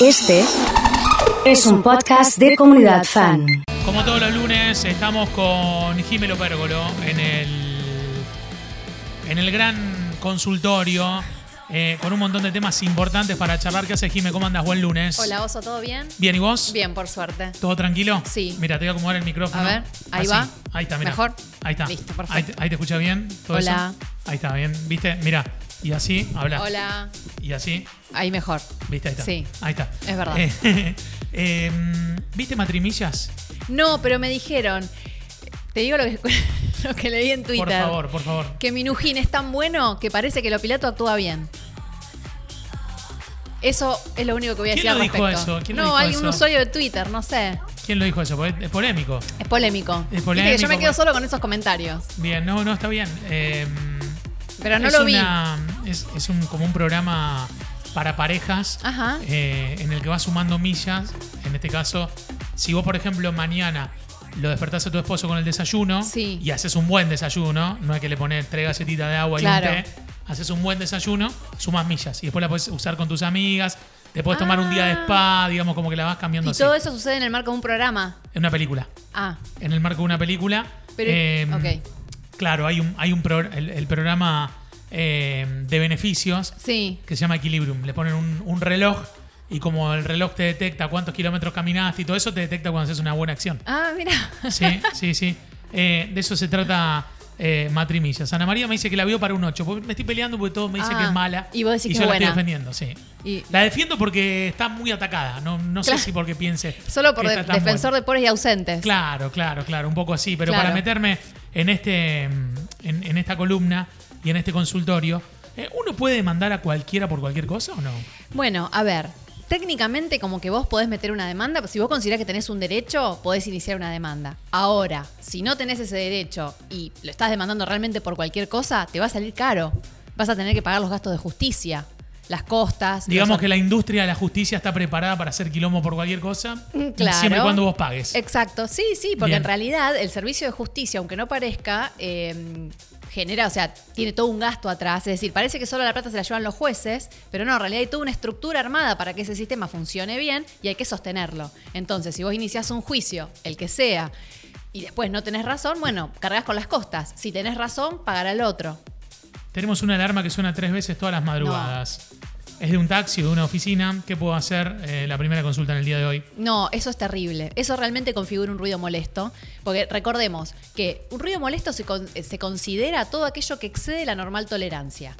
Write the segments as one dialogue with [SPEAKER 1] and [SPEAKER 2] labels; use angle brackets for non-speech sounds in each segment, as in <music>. [SPEAKER 1] Este es un podcast de comunidad fan.
[SPEAKER 2] Como todos los lunes, estamos con Jimelo Pérgolo en el, en el gran consultorio, eh, con un montón de temas importantes para charlar. ¿Qué haces, Jime? ¿Cómo andas? Buen lunes.
[SPEAKER 3] Hola, Oso, ¿todo bien?
[SPEAKER 2] ¿Bien y vos?
[SPEAKER 3] Bien, por suerte.
[SPEAKER 2] ¿Todo tranquilo?
[SPEAKER 3] Sí.
[SPEAKER 2] Mira, te voy a acomodar el micrófono.
[SPEAKER 3] A ver, ahí va.
[SPEAKER 2] Ahí está, mira.
[SPEAKER 3] ¿Mejor?
[SPEAKER 2] Ahí está.
[SPEAKER 3] Listo, perfecto.
[SPEAKER 2] Ahí te, ahí te escucha bien. ¿Todo
[SPEAKER 3] Hola.
[SPEAKER 2] eso? Ahí está, bien. ¿Viste? Mira. Y así, habla.
[SPEAKER 3] Hola,
[SPEAKER 2] Y así,
[SPEAKER 3] ahí mejor.
[SPEAKER 2] ¿viste? Ahí está.
[SPEAKER 3] Sí.
[SPEAKER 2] Ahí está.
[SPEAKER 3] Es verdad.
[SPEAKER 2] <laughs> Eh, em, ¿Viste matrimillas?
[SPEAKER 3] No, pero me dijeron, te digo lo que, <laughs> lo que leí en Twitter.
[SPEAKER 2] Por favor, por favor.
[SPEAKER 3] Que Minujín es tan bueno que parece que lo piloto actúa bien. Eso es lo único que voy a
[SPEAKER 2] ¿Quién
[SPEAKER 3] decir al
[SPEAKER 2] lo dijo
[SPEAKER 3] respecto.
[SPEAKER 2] eso? ¿Quién lo
[SPEAKER 3] no,
[SPEAKER 2] dijo
[SPEAKER 3] hay un
[SPEAKER 2] eso?
[SPEAKER 3] usuario de Twitter, no sé.
[SPEAKER 2] ¿Quién lo dijo eso? Porque Es polémico.
[SPEAKER 3] Es polémico. Viste que yo
[SPEAKER 2] Es polémico,
[SPEAKER 3] me quedo
[SPEAKER 2] pues.
[SPEAKER 3] solo con esos comentarios.
[SPEAKER 2] Bien, no, no, está bien. Eh,
[SPEAKER 3] Pero no
[SPEAKER 2] es
[SPEAKER 3] lo vi.
[SPEAKER 2] una- es es un, como un programa para parejas
[SPEAKER 3] Ajá.
[SPEAKER 2] eh, en el que vas sumando millas. En este caso, si vos, por ejemplo, mañana lo despertás a tu esposo con el desayuno
[SPEAKER 3] Sí.
[SPEAKER 2] y haces un buen desayuno, no es que le pones tres galletitas de agua y
[SPEAKER 3] Claro.
[SPEAKER 2] un té, haces un buen desayuno, sumas millas y después la puedes usar con tus amigas, te puedes tomar un día de
[SPEAKER 3] Ah.
[SPEAKER 2] spa, digamos como que la vas cambiando
[SPEAKER 3] Y
[SPEAKER 2] así.
[SPEAKER 3] todo eso sucede en el marco de un programa.
[SPEAKER 2] En una película
[SPEAKER 3] Ah,
[SPEAKER 2] en el marco de una película. em,
[SPEAKER 3] Pero, ok.
[SPEAKER 2] Claro, hay un, hay un progr- el, el programa eh, de beneficios
[SPEAKER 3] sí.
[SPEAKER 2] que se llama Equilibrium. Le ponen un, un reloj y como el reloj te detecta cuántos kilómetros caminaste y todo eso, te detecta cuando haces una buena acción.
[SPEAKER 3] Ah, mira. <laughs>
[SPEAKER 2] Sí, sí, sí. Eh, de eso se trata eh, Matrimillas. Ana María me dice que la vio para un 8. porque Me estoy peleando porque todos me dicen
[SPEAKER 3] Ah,
[SPEAKER 2] que es mala.
[SPEAKER 3] y vos decís que
[SPEAKER 2] yo
[SPEAKER 3] es
[SPEAKER 2] la estoy
[SPEAKER 3] buena.
[SPEAKER 2] defendiendo, sí.
[SPEAKER 3] Y-
[SPEAKER 2] La defiendo porque está muy atacada. No, no sé
[SPEAKER 3] Claro.
[SPEAKER 2] si porque piense.
[SPEAKER 3] Solo por
[SPEAKER 2] que
[SPEAKER 3] de-
[SPEAKER 2] está tan buena.
[SPEAKER 3] defensor de pobres y ausentes.
[SPEAKER 2] Claro, claro, claro, un poco así, pero
[SPEAKER 3] Claro.
[SPEAKER 2] para meterme en este mm, en, en esta columna y en este consultorio, eh, ¿uno puede demandar a cualquiera por cualquier cosa o no?
[SPEAKER 3] Bueno, a ver, técnicamente como que vos podés meter una demanda, pues si vos considerás que tenés un derecho, podés iniciar una demanda. Ahora, si no tenés ese derecho y lo estás demandando realmente por cualquier cosa, te va a salir caro. Vas a tener que pagar los gastos de justicia, las costas.
[SPEAKER 2] Digamos
[SPEAKER 3] los-
[SPEAKER 2] que la industria de la justicia está preparada para hacer quilombo por cualquier cosa,
[SPEAKER 3] Mm, claro. Eh,
[SPEAKER 2] siempre y cuando vos pagues.
[SPEAKER 3] Exacto, sí, sí, porque
[SPEAKER 2] Bien.
[SPEAKER 3] en realidad el servicio de justicia, aunque no parezca, eh, genera, o sea, tiene todo un gasto atrás. Es decir, parece que solo la plata se la llevan los jueces, pero no, en realidad hay toda una estructura armada para que ese sistema funcione bien y hay que sostenerlo. Entonces, si vos iniciás un juicio, el que sea, y después no tenés razón, bueno, cargas con las costas. Si tenés razón, pagará el otro.
[SPEAKER 2] Tenemos una alarma que suena tres veces todas las madrugadas. Es de un taxi, de una oficina. ¿Qué puedo hacer? Eh, la primera consulta en el día de hoy.
[SPEAKER 3] No, eso es terrible. Eso realmente configura un ruido molesto. Porque recordemos que un ruido molesto se, con- eh, se considera todo aquello que excede la normal tolerancia.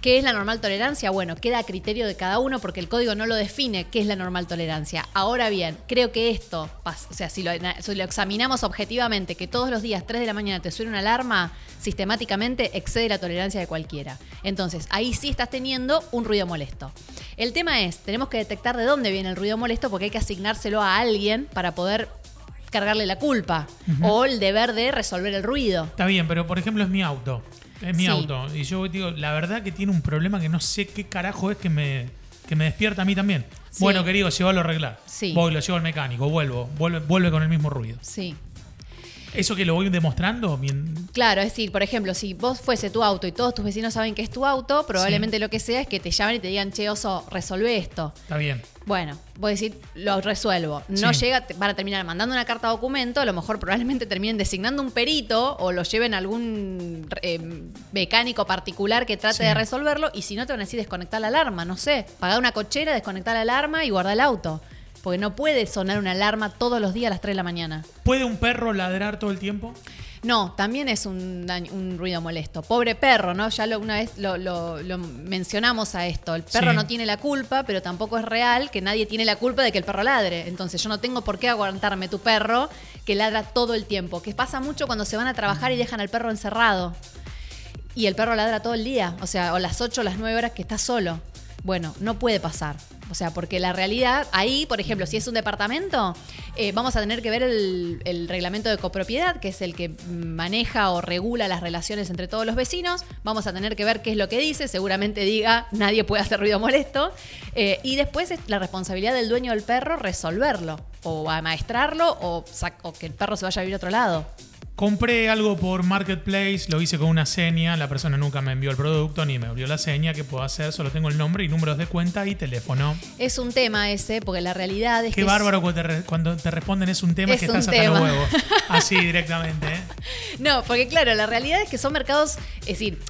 [SPEAKER 3] ¿Qué es la normal tolerancia? Bueno, queda a criterio de cada uno porque el código no lo define qué es la normal tolerancia. Ahora bien, creo que esto, pas- o sea, si lo, ana- si lo examinamos objetivamente, que todos los días 3 de la mañana te suena una alarma, sistemáticamente excede la tolerancia de cualquiera. Entonces, ahí sí estás teniendo un ruido molesto. El tema es, tenemos que detectar de dónde viene el ruido molesto porque hay que asignárselo a alguien para poder cargarle la culpa o el deber de resolver el ruido.
[SPEAKER 2] Está bien, pero por ejemplo es mi auto. Es mi
[SPEAKER 3] Sí.
[SPEAKER 2] auto. Y yo digo, la verdad que tiene un problema que no sé qué carajo es que me, que me despierta a mí también.
[SPEAKER 3] Sí.
[SPEAKER 2] Bueno, querido, llévalo a arreglar.
[SPEAKER 3] Sí.
[SPEAKER 2] Voy, lo llevo al mecánico, vuelvo, vuelve, vuelve con el mismo ruido.
[SPEAKER 3] Sí.
[SPEAKER 2] Eso que lo voy demostrando, mien-
[SPEAKER 3] Claro, es decir, por ejemplo, si vos fuese tu auto y todos tus vecinos saben que es tu auto, probablemente lo que sea es que te llamen y te digan, che, oso, resolve esto.
[SPEAKER 2] está bien.
[SPEAKER 3] Bueno, voy a decir, lo resuelvo. No
[SPEAKER 2] Sí.
[SPEAKER 3] llega, te- van a terminar mandando una carta de documento, a lo mejor probablemente terminen designando un perito o lo lleven a algún eh, mecánico particular que trate
[SPEAKER 2] Sí.
[SPEAKER 3] de resolverlo y si no te van a decir desconectar la alarma, no sé, pagar una cochera, desconectar la alarma y guardar el auto. Porque no puede sonar una alarma todos los días a las 3 de la mañana.
[SPEAKER 2] ¿Puede un perro ladrar todo el tiempo?
[SPEAKER 3] No, también es un, daño- un ruido molesto. Pobre perro, ¿no? Ya lo- una vez lo, lo- lo mencionamos a esto. El perro
[SPEAKER 2] Sí.
[SPEAKER 3] no tiene la culpa, pero tampoco es real que nadie tiene la culpa de que el perro ladre. Entonces yo no tengo por qué aguantarme tu perro que ladra todo el tiempo. Que pasa mucho cuando se van a trabajar y dejan al perro encerrado. Y el perro ladra todo el día, o sea, o las 8 o las 9 horas que está solo. Bueno, no puede pasar. O sea, porque la realidad, ahí, por ejemplo, si es un departamento, eh, vamos a tener que ver el, el reglamento de copropiedad, que es el que maneja o regula las relaciones entre todos los vecinos. Vamos a tener que ver qué es lo que dice. Seguramente diga, nadie puede hacer ruido molesto. Eh, y después es la responsabilidad del dueño del perro resolverlo, o amaestrarlo, o, sac- o que el perro se vaya a vivir a otro lado.
[SPEAKER 2] Compré algo por Marketplace, lo hice con una seña, la persona nunca me envió el producto ni me envió la seña, ¿qué puedo hacer? Solo tengo el nombre y números de cuenta y teléfono.
[SPEAKER 3] Es un tema ese, porque la realidad es
[SPEAKER 2] Qué
[SPEAKER 3] que. es-
[SPEAKER 2] bárbaro cuando te, re- cuando te responden es un tema
[SPEAKER 3] Es
[SPEAKER 2] que
[SPEAKER 3] un
[SPEAKER 2] estás hasta los
[SPEAKER 3] tema.
[SPEAKER 2] huevos.
[SPEAKER 3] <laughs>
[SPEAKER 2] Así directamente. ¿eh?
[SPEAKER 3] No, porque claro, la realidad es que son mercados, es decir,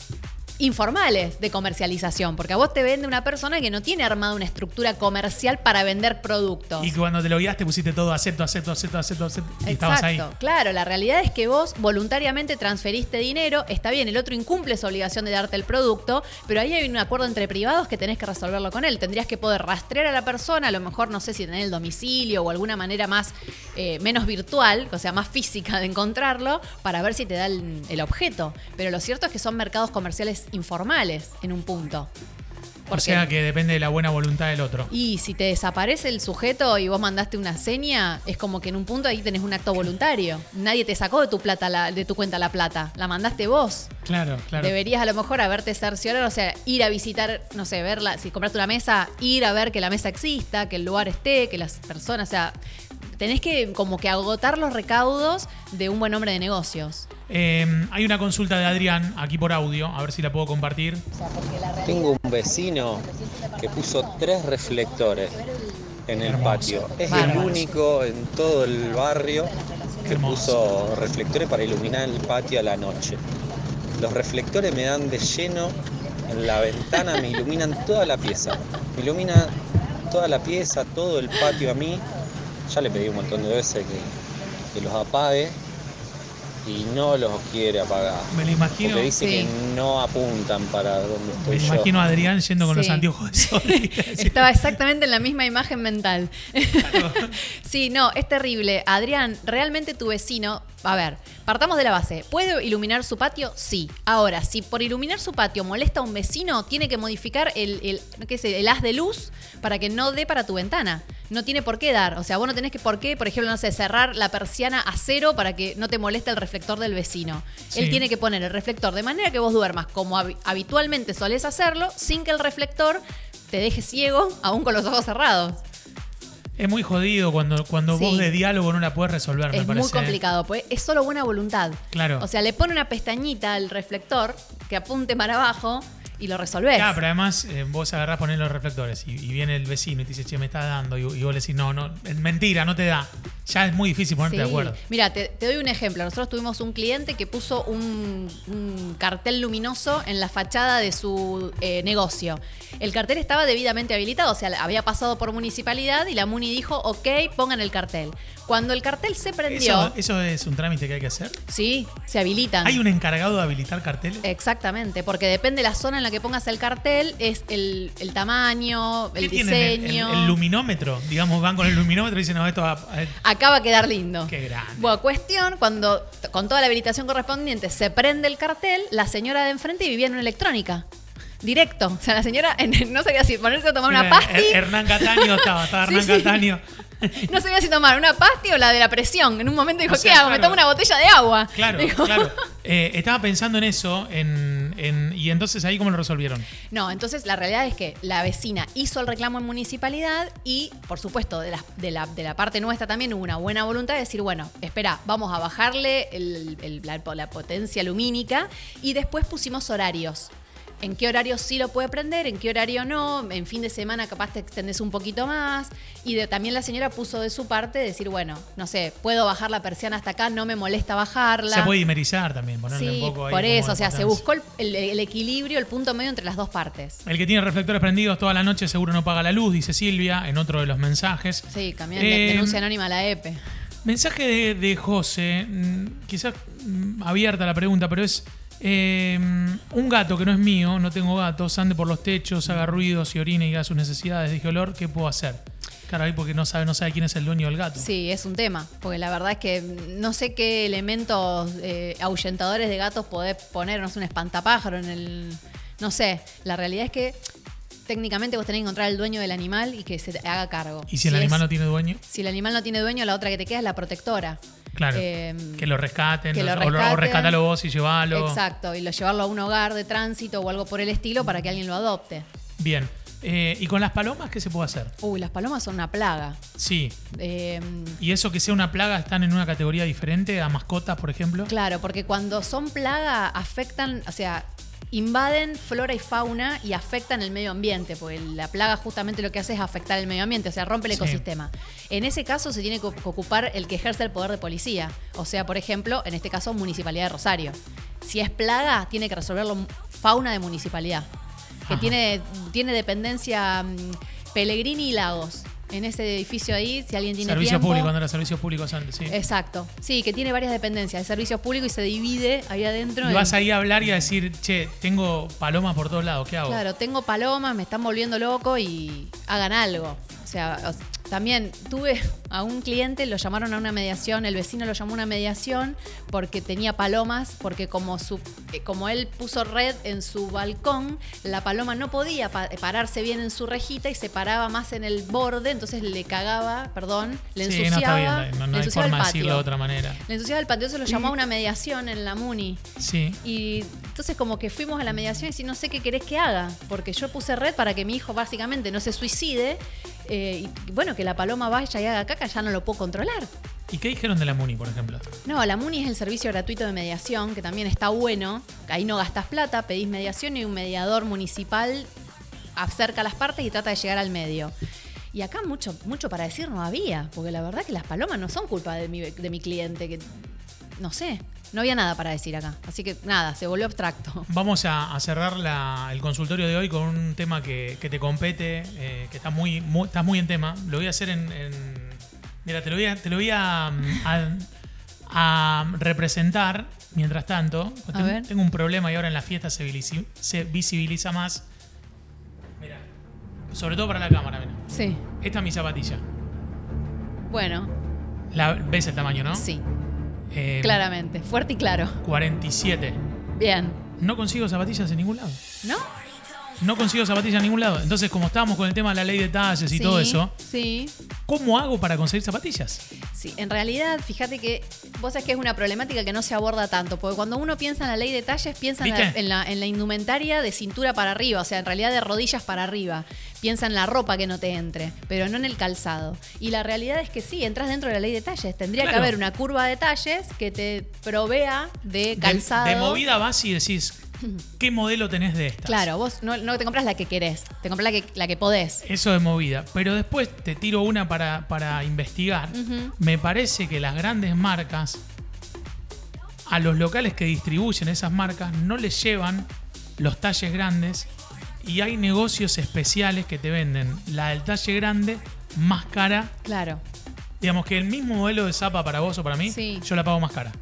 [SPEAKER 3] informales de comercialización, porque a vos te vende una persona que no tiene armada una estructura comercial para vender productos.
[SPEAKER 2] Y cuando te lo guiaste pusiste todo, acepto, acepto, acepto, acepto, acepto. Y estabas ahí.
[SPEAKER 3] Exacto, claro, la realidad es que vos voluntariamente transferiste dinero, está bien, el otro incumple su obligación de darte el producto, pero ahí hay un acuerdo entre privados que tenés que resolverlo con él, tendrías que poder rastrear a la persona, a lo mejor no sé si tener el domicilio o alguna manera más, eh, menos virtual, o sea, más física de encontrarlo, para ver si te da el, el objeto. Pero lo cierto es que son mercados comerciales informales en un punto.
[SPEAKER 2] O
[SPEAKER 3] Porque-
[SPEAKER 2] sea que depende de la buena voluntad del otro.
[SPEAKER 3] y si te desaparece el sujeto y vos mandaste una seña, es como que en un punto ahí tenés un acto voluntario. Nadie te sacó de tu plata la- de tu cuenta la plata, la mandaste vos.
[SPEAKER 2] Claro, claro.
[SPEAKER 3] Deberías a lo mejor haberte cerciorado, o sea, ir a visitar, no sé, verla, si compraste una mesa, ir a ver que la mesa exista, que el lugar esté, que las personas, o sea, tenés que como que agotar los recaudos de un buen hombre de negocios.
[SPEAKER 2] Eh, hay una consulta de Adrián aquí por audio, a ver si la puedo compartir.
[SPEAKER 4] Tengo un vecino que puso tres reflectores en el patio. Es el
[SPEAKER 3] Bárbaro.
[SPEAKER 4] único en todo el barrio que puso reflectores para iluminar el patio a la noche. Los reflectores me dan de lleno en la ventana, me iluminan toda la pieza. Me ilumina toda la pieza, todo el patio a mí. Ya le pedí un montón de veces que, que los apague y no los quiere apagar.
[SPEAKER 2] Me lo imagino.
[SPEAKER 4] Porque dice
[SPEAKER 3] Sí.
[SPEAKER 4] que no apuntan para donde
[SPEAKER 2] Me
[SPEAKER 4] estoy yo.
[SPEAKER 2] imagino a Adrián yendo con los
[SPEAKER 3] Sí.
[SPEAKER 2] anteojos de sol.
[SPEAKER 3] <laughs> Estaba exactamente en la misma imagen mental. sí, no, es terrible. Adrián, realmente tu vecino, a ver, partamos de la base. ¿Puede iluminar su patio? Sí. Ahora, si por iluminar su patio molesta a un vecino, tiene que modificar el, el, ¿qué sé? el haz de luz para que no dé para tu ventana. No tiene por qué dar. O sea, vos no tenés que por qué, por ejemplo, no sé, cerrar la persiana a cero para que no te moleste el reflector del vecino.
[SPEAKER 2] Sí.
[SPEAKER 3] Él tiene que que poner el reflector de manera que vos duermas como hab- habitualmente solés hacerlo, sin que el reflector te deje ciego, aún con los ojos cerrados.
[SPEAKER 2] es muy jodido cuando, cuando vos
[SPEAKER 3] Sí.
[SPEAKER 2] de diálogo no la puedes resolver, me
[SPEAKER 3] es
[SPEAKER 2] parece.
[SPEAKER 3] muy
[SPEAKER 2] ¿eh?
[SPEAKER 3] complicado, pues es solo buena voluntad.
[SPEAKER 2] Claro.
[SPEAKER 3] O sea, le pone una pestañita al reflector que apunte para abajo y lo resolvés.
[SPEAKER 2] Claro, pero además eh, vos agarrás poner los reflectores y, y viene el vecino y te dice, che, me está dando. Y, y vos le decís, no, no, es mentira, no te da. Ya es muy difícil ponerte de
[SPEAKER 3] Sí.
[SPEAKER 2] acuerdo.
[SPEAKER 3] Mira, te, te doy un ejemplo. Nosotros tuvimos un cliente que puso un, un cartel luminoso en la fachada de su eh, negocio. El cartel estaba debidamente habilitado, o sea, había pasado por municipalidad y la MUNI dijo, ok, pongan el cartel. Cuando el cartel se prendió,
[SPEAKER 2] Eso, eso es un trámite que hay que hacer.
[SPEAKER 3] sí, se habilitan.
[SPEAKER 2] ¿Hay un encargado de habilitar carteles?
[SPEAKER 3] Eh, Exactamente, porque depende de la zona en la que pongas el cartel, es el, el tamaño, el
[SPEAKER 2] ¿Qué tienen? El-
[SPEAKER 3] diseño.
[SPEAKER 2] El, el luminómetro. Digamos, van con el luminómetro y dicen, no, esto va a- a-
[SPEAKER 3] Acá va a quedar lindo.
[SPEAKER 2] Qué grande.
[SPEAKER 3] Bueno, cuestión, cuando t- con toda la habilitación correspondiente se prende el cartel, la señora de enfrente vivía en una electrónica. Directo. O sea, la señora en- no sabía si ponerse a tomar una
[SPEAKER 2] Mira,
[SPEAKER 3] pasti.
[SPEAKER 2] Her- Hernán Cataño estaba,
[SPEAKER 3] <laughs>
[SPEAKER 2] estaba
[SPEAKER 3] Sí,
[SPEAKER 2] Hernán
[SPEAKER 3] sí.
[SPEAKER 2] Cataño.
[SPEAKER 3] No sabía si tomar una pasti o la de la presión. En un momento dijo,
[SPEAKER 2] O sea,
[SPEAKER 3] ¿qué hago?
[SPEAKER 2] claro.
[SPEAKER 3] Me tomo una botella de agua.
[SPEAKER 2] Claro,
[SPEAKER 3] Digo,
[SPEAKER 2] claro. Eh, estaba pensando en eso en- en- y entonces ahí cómo lo resolvieron.
[SPEAKER 3] No, entonces la realidad es que la vecina hizo el reclamo en municipalidad y, por supuesto, de la, de la- de la parte nuestra también hubo una buena voluntad de decir, bueno, espera, vamos a bajarle el- el- la, la potencia lumínica y después pusimos horarios. En qué horario sí lo puede prender, en qué horario no, en fin de semana capaz te extendés un poquito más. Y de- también la señora puso de su parte decir, bueno, no sé, puedo bajar la persiana hasta acá, no me molesta bajarla.
[SPEAKER 2] Se puede dimerizar también, ponerle
[SPEAKER 3] Sí,
[SPEAKER 2] un poco ahí.
[SPEAKER 3] por
[SPEAKER 2] como
[SPEAKER 3] eso,
[SPEAKER 2] de
[SPEAKER 3] o sea, se
[SPEAKER 2] potencia.
[SPEAKER 3] buscó el- el- el equilibrio, el punto medio entre las dos partes.
[SPEAKER 2] El que tiene reflectores prendidos toda la noche seguro no paga la luz, dice Silvia en otro de los mensajes.
[SPEAKER 3] Sí, también
[SPEAKER 2] Eh,
[SPEAKER 3] denuncia anónima a la E EPE.
[SPEAKER 2] Mensaje de, de José, mm, quizás mm, abierta la pregunta, pero es eh, un gato que no es mío, no tengo gatos, ande por los techos, haga ruidos y orine y haga sus necesidades, dije olor, ¿qué puedo hacer? Claro, ahí porque no sabe, no sabe quién es el dueño del gato.
[SPEAKER 3] Sí, es un tema, porque la verdad es que no sé qué elementos eh, ahuyentadores de gatos podés poner, no sé, un espantapájaro en el... No sé, la realidad es que técnicamente vos tenés que encontrar al dueño del animal y que se te haga cargo.
[SPEAKER 2] Y si, el
[SPEAKER 3] es-
[SPEAKER 2] animal no tiene dueño,
[SPEAKER 3] si el animal no tiene dueño, la otra que te queda es la protectora.
[SPEAKER 2] claro.
[SPEAKER 3] Eh,
[SPEAKER 2] que lo rescaten,
[SPEAKER 3] que lo
[SPEAKER 2] o lo- o,
[SPEAKER 3] rescaten.
[SPEAKER 2] rescatalo vos y llévalo.
[SPEAKER 3] Exacto, y lo llevarlo a un hogar de tránsito o algo por el estilo para que alguien lo adopte.
[SPEAKER 2] Bien. Eh, ¿Y con las palomas qué se puede hacer?
[SPEAKER 3] Uy, las palomas son una plaga.
[SPEAKER 2] Sí.
[SPEAKER 3] Eh,
[SPEAKER 2] ¿Y eso que sea una plaga están en una categoría diferente a mascotas, por ejemplo?
[SPEAKER 3] claro, porque cuando son plaga afectan, o sea, invaden flora y fauna y afectan el medio ambiente, porque la plaga justamente lo que hace es afectar el medio ambiente, o sea, rompe el
[SPEAKER 2] Sí.
[SPEAKER 3] ecosistema. En ese caso se tiene que oc- ocupar el que ejerce el poder de policía, o sea, por ejemplo, en este caso, Municipalidad de Rosario. Si es plaga, tiene que resolverlo fauna de municipalidad, que
[SPEAKER 2] Ajá.
[SPEAKER 3] tiene, tiene dependencia mm, Pellegrini y Lagos. En ese edificio ahí, si alguien tiene
[SPEAKER 2] Servicio
[SPEAKER 3] tiempo-
[SPEAKER 2] público, cuando era servicios públicos antes, sí.
[SPEAKER 3] Exacto. Sí, que tiene varias dependencias. de servicios públicos y se divide ahí adentro.
[SPEAKER 2] y
[SPEAKER 3] en-
[SPEAKER 2] vas ahí a hablar y a decir, che, tengo palomas por todos lados, ¿qué hago?
[SPEAKER 3] Claro, tengo palomas, me están volviendo loco y hagan algo. O sea, o s- también tuve a un cliente, lo llamaron a una mediación, el vecino lo llamó a una mediación porque tenía palomas, porque como, su, eh, como él puso red en su balcón, la paloma no podía pa- eh, pararse bien en su rejita y se paraba más en el borde, entonces le cagaba, perdón, le
[SPEAKER 2] sí, no está
[SPEAKER 3] ensuciaba,
[SPEAKER 2] bien, no- no,
[SPEAKER 3] le
[SPEAKER 2] hay
[SPEAKER 3] ensuciaba
[SPEAKER 2] forma de
[SPEAKER 3] el patio.
[SPEAKER 2] decirlo de otra manera.
[SPEAKER 3] Le ensuciaba el patio, se lo llamó a una mediación en la Muni.
[SPEAKER 2] Sí.
[SPEAKER 3] Y entonces como que fuimos a la mediación y si no sé qué querés que haga, porque yo puse red para que mi hijo básicamente no se suicide, eh, y bueno, que la paloma vaya y haga caca, ya no lo puedo controlar.
[SPEAKER 2] ¿Y qué dijeron de la MUNI, por ejemplo?
[SPEAKER 3] No, la MUNI es el servicio gratuito de mediación, que también está bueno, ahí no gastas plata, pedís mediación y un mediador municipal acerca las partes y trata de llegar al medio. Y acá mucho, mucho para decir no había, porque la verdad que las palomas no son culpa de mi, de mi cliente, que no sé, no había nada para decir acá. Así que nada, se volvió abstracto.
[SPEAKER 2] Vamos a, a cerrar la- el consultorio de hoy con un tema que, que te compete, eh, que está muy, muy- estás muy en tema. Lo voy a hacer en. en- mira, te lo voy a, te lo voy a, mm, a- a representar mientras tanto.
[SPEAKER 3] A
[SPEAKER 2] Ten-
[SPEAKER 3] ver.
[SPEAKER 2] Tengo un problema y ahora en la fiesta se, vilici- se visibiliza más. Mira, sobre todo para la cámara, mira.
[SPEAKER 3] Sí.
[SPEAKER 2] Esta es mi zapatilla.
[SPEAKER 3] Bueno,
[SPEAKER 2] La, ¿Ves el tamaño, no?
[SPEAKER 3] sí,
[SPEAKER 2] Eh,
[SPEAKER 3] claramente. Fuerte y claro.
[SPEAKER 2] 47.
[SPEAKER 3] Bien.
[SPEAKER 2] No consigo zapatillas en ningún lado.
[SPEAKER 3] ¿No?
[SPEAKER 2] No consigo zapatillas en ningún lado. Entonces, como estábamos con el tema de la ley de talles y todo eso,
[SPEAKER 3] Sí.
[SPEAKER 2] ¿cómo hago para conseguir zapatillas?
[SPEAKER 3] Sí, en realidad, fíjate que vos sabés que es una problemática que no se aborda tanto, porque cuando uno piensa en la ley de talles, piensa en la,
[SPEAKER 2] ¿Viste?
[SPEAKER 3] en la- en la indumentaria de cintura para arriba, o sea, en realidad de rodillas para arriba. Piensa en la ropa que no te entre, pero no en el calzado. Y la realidad es que sí, entras dentro de la ley de talles. Tendría que
[SPEAKER 2] Claro.
[SPEAKER 3] haber una curva de talles que te provea de
[SPEAKER 2] De-
[SPEAKER 3] calzado.
[SPEAKER 2] De, movida vas y decís, ¿qué modelo tenés de estas?
[SPEAKER 3] Claro, vos no, no te compras la que querés, te compras la que, la que podés.
[SPEAKER 2] Eso de movida. Pero después te tiro una para, para investigar. Me parece que las grandes marcas, a los locales que distribuyen esas marcas, no les llevan los talles grandes y hay negocios especiales que te venden la del talle grande más cara.
[SPEAKER 3] Claro.
[SPEAKER 2] Digamos que el mismo modelo de zapa para vos o para mí,
[SPEAKER 3] Sí.
[SPEAKER 2] yo la pago más cara.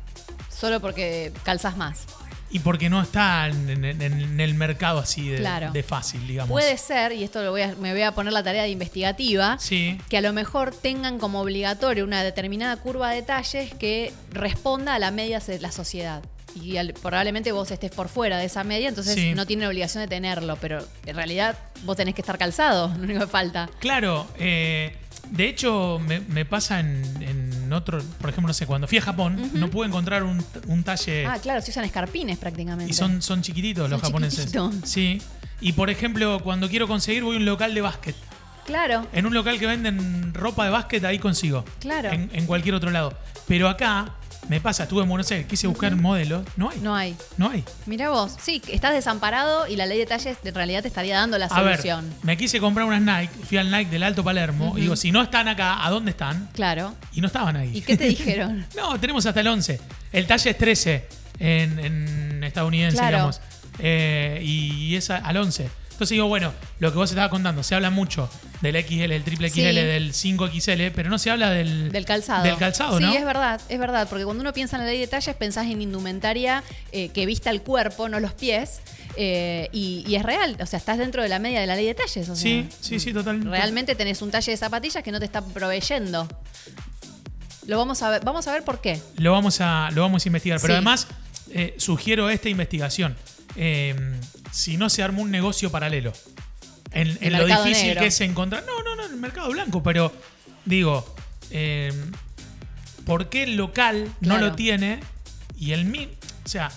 [SPEAKER 3] Solo porque calzas más.
[SPEAKER 2] Y porque no está en, en- en el mercado así de,
[SPEAKER 3] Claro.
[SPEAKER 2] de fácil, digamos.
[SPEAKER 3] Puede ser, y esto lo voy a- me voy a poner la tarea de investigativa,
[SPEAKER 2] Sí.
[SPEAKER 3] que a lo mejor tengan como obligatorio una determinada curva de talles que responda a la media de la sociedad. Y al- probablemente vos estés por fuera de esa media, entonces
[SPEAKER 2] Sí.
[SPEAKER 3] no tienen obligación de tenerlo, pero en realidad vos tenés que estar calzado, <laughs> lo único que falta.
[SPEAKER 2] Claro, eh, de hecho me, me pasa en, en otro, por ejemplo, no sé, cuando fui a Japón, no pude encontrar un, un talle
[SPEAKER 3] Ah, claro, se usan escarpines prácticamente.
[SPEAKER 2] y son, son chiquititos los
[SPEAKER 3] Son
[SPEAKER 2] japoneses.
[SPEAKER 3] chiquititos.
[SPEAKER 2] Sí. Y por ejemplo, cuando quiero conseguir voy a un local de básquet.
[SPEAKER 3] Claro,
[SPEAKER 2] En un local que venden ropa de básquet, ahí consigo.
[SPEAKER 3] Claro.
[SPEAKER 2] En, en cualquier otro lado. Pero acá, me pasa, estuve en Buenos Aires, quise buscar modelos, no hay.
[SPEAKER 3] no hay.
[SPEAKER 2] No hay.
[SPEAKER 3] Mira vos, sí, que estás desamparado y la ley de talles en realidad te estaría dando la
[SPEAKER 2] A ver,
[SPEAKER 3] solución.
[SPEAKER 2] me quise comprar unas Nike, fui al Nike del Alto Palermo, y digo, si no están acá, ¿a dónde están?
[SPEAKER 3] Claro.
[SPEAKER 2] Y no estaban ahí.
[SPEAKER 3] ¿Y qué
[SPEAKER 2] <laughs>
[SPEAKER 3] te dijeron?
[SPEAKER 2] No, tenemos hasta el 11. El talle es 13 en, en estadounidense,
[SPEAKER 3] Claro.
[SPEAKER 2] digamos. Eh, y es a- al 11. Entonces digo, bueno, lo que vos estabas contando, se habla mucho del XL, del triple XL,
[SPEAKER 3] Sí.
[SPEAKER 2] del 5XL, pero no se habla del,
[SPEAKER 3] Del calzado.
[SPEAKER 2] Del calzado,
[SPEAKER 3] sí,
[SPEAKER 2] ¿no?
[SPEAKER 3] es verdad, es verdad, porque cuando uno piensa en la ley de talles, pensás en indumentaria eh, que vista el cuerpo, no los pies, eh, y, y es real, o sea, estás dentro de la media de la ley de talles. o sea,
[SPEAKER 2] Sí, sí, sí, totalmente.
[SPEAKER 3] Realmente tenés un talle de zapatillas que no te está proveyendo. Lo vamos a ver, vamos a ver por qué.
[SPEAKER 2] Lo vamos a, lo vamos a investigar. Pero
[SPEAKER 3] Sí.
[SPEAKER 2] además, eh, sugiero esta investigación. Eh, si no se armó un negocio paralelo. En, en
[SPEAKER 3] El
[SPEAKER 2] lo
[SPEAKER 3] mercado
[SPEAKER 2] difícil
[SPEAKER 3] negro.
[SPEAKER 2] que es encontrar. No, no, no, en el mercado blanco, pero digo, eh, ¿por qué el local no
[SPEAKER 3] Claro.
[SPEAKER 2] lo tiene y el mí O sea,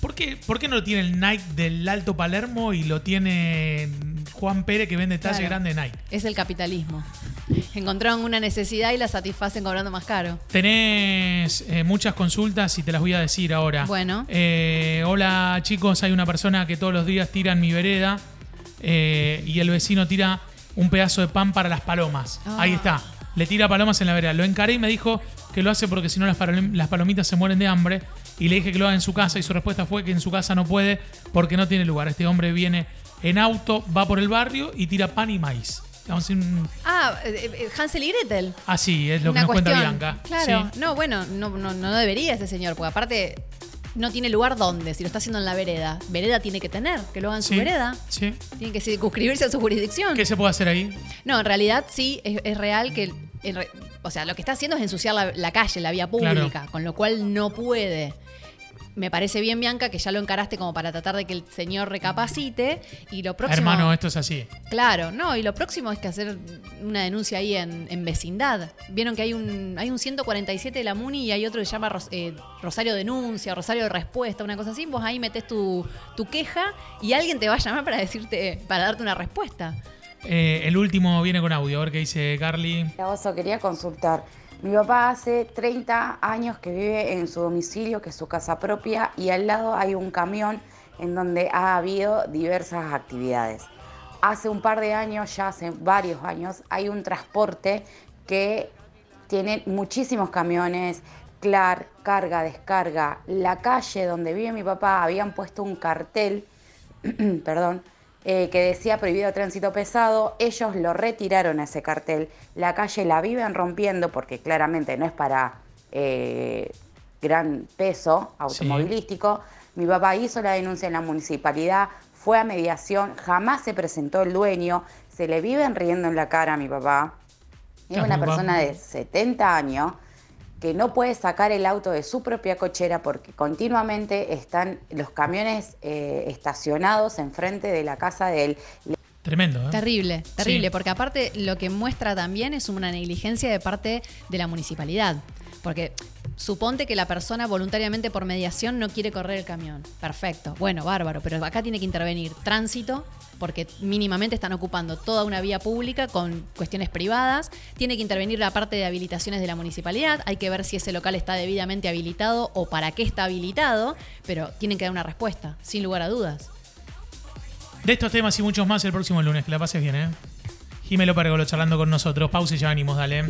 [SPEAKER 2] ¿por qué, ¿por qué no lo tiene el Nike del Alto Palermo y lo tiene Juan Pérez que vende talle
[SPEAKER 3] Claro.
[SPEAKER 2] grande de Nike.
[SPEAKER 3] Es el capitalismo. Encontraron una necesidad y la satisfacen cobrando más caro.
[SPEAKER 2] Tenés eh, muchas consultas y te las voy a decir ahora.
[SPEAKER 3] Bueno.
[SPEAKER 2] Eh, hola chicos, hay una persona que todos los días tira en mi vereda eh, y el vecino tira un pedazo de pan para las palomas.
[SPEAKER 3] Ah.
[SPEAKER 2] Ahí está. Le tira palomas en la vereda. Lo encaré y me dijo que lo hace porque si no las, palom- las palomitas se mueren de hambre. Y le dije que lo haga en su casa y su respuesta fue que en su casa no puede porque no tiene lugar. Este hombre viene en auto, va por el barrio y tira pan y maíz. Vamos a decir un-
[SPEAKER 3] Ah, eh, eh, Hansel y Gretel.
[SPEAKER 2] Así es lo
[SPEAKER 3] una
[SPEAKER 2] que nos cuenta
[SPEAKER 3] cuestión.
[SPEAKER 2] Bianca.
[SPEAKER 3] Claro.
[SPEAKER 2] Sí.
[SPEAKER 3] No, bueno, no, no, no debería ese señor, porque aparte no tiene lugar donde, si lo está haciendo en la vereda. Vereda tiene que tener, que lo haga en
[SPEAKER 2] Sí.
[SPEAKER 3] su vereda.
[SPEAKER 2] Sí.
[SPEAKER 3] Tiene que circunscribirse a su jurisdicción.
[SPEAKER 2] ¿Qué se puede hacer ahí?
[SPEAKER 3] No, en realidad sí, es, es real que. en re- o sea, lo que está haciendo es ensuciar la, la calle, la vía pública,
[SPEAKER 2] Claro.
[SPEAKER 3] con lo cual no puede. Me parece bien, Bianca, que ya lo encaraste como para tratar de que el señor recapacite y lo próximo.
[SPEAKER 2] Hermano, esto es así.
[SPEAKER 3] Claro, no, y lo próximo es que hacer una denuncia ahí en, en vecindad. Vieron que hay un, hay un 147 de la MUNI y hay otro que se llama Ros- eh, Rosario Denuncia, Rosario Respuesta, una cosa así. Vos ahí metés tu, tu queja y alguien te va a llamar para decirte, para darte una respuesta.
[SPEAKER 2] Eh, el último viene con audio, a ver qué dice Carly.
[SPEAKER 5] La oso quería consultar. Mi papá hace 30 años que vive en su domicilio, que es su casa propia, y al lado hay un camión en donde ha habido diversas actividades. Hace un par de años, ya hace varios años, hay un transporte que tiene muchísimos camiones, clar, carga, descarga. La calle donde vive mi papá habían puesto un cartel <clears throat> perdón, eh, que decía prohibido tránsito pesado, ellos lo retiraron a ese cartel. La calle la viven rompiendo porque claramente no es para eh, gran peso automovilístico. Mi papá hizo la denuncia en la municipalidad, fue a mediación, jamás se presentó el dueño, se le viven riendo en la cara a mi papá. Es
[SPEAKER 2] Ah,
[SPEAKER 5] una
[SPEAKER 2] mi papá.
[SPEAKER 5] persona de 70 años que no puede sacar el auto de su propia cochera porque continuamente están los camiones eh, estacionados enfrente de la casa de él.
[SPEAKER 2] Tremendo, ¿eh?
[SPEAKER 3] Terrible, terrible,
[SPEAKER 2] Sí.
[SPEAKER 3] porque aparte lo que muestra también es una negligencia de parte de la municipalidad. Porque suponte que la persona voluntariamente por mediación no quiere correr el camión. Perfecto, bueno, bárbaro, pero acá tiene que intervenir tránsito, porque mínimamente están ocupando toda una vía pública con cuestiones privadas. Tiene que intervenir la parte de habilitaciones de la municipalidad, hay que ver si ese local está debidamente habilitado o para qué está habilitado, pero tienen que dar una respuesta, sin lugar a dudas.
[SPEAKER 2] De estos temas y muchos más el próximo lunes. Que la pases bien, ¿eh? Jimé López Argolo charlando con nosotros. Pausa y ya venimos, dale.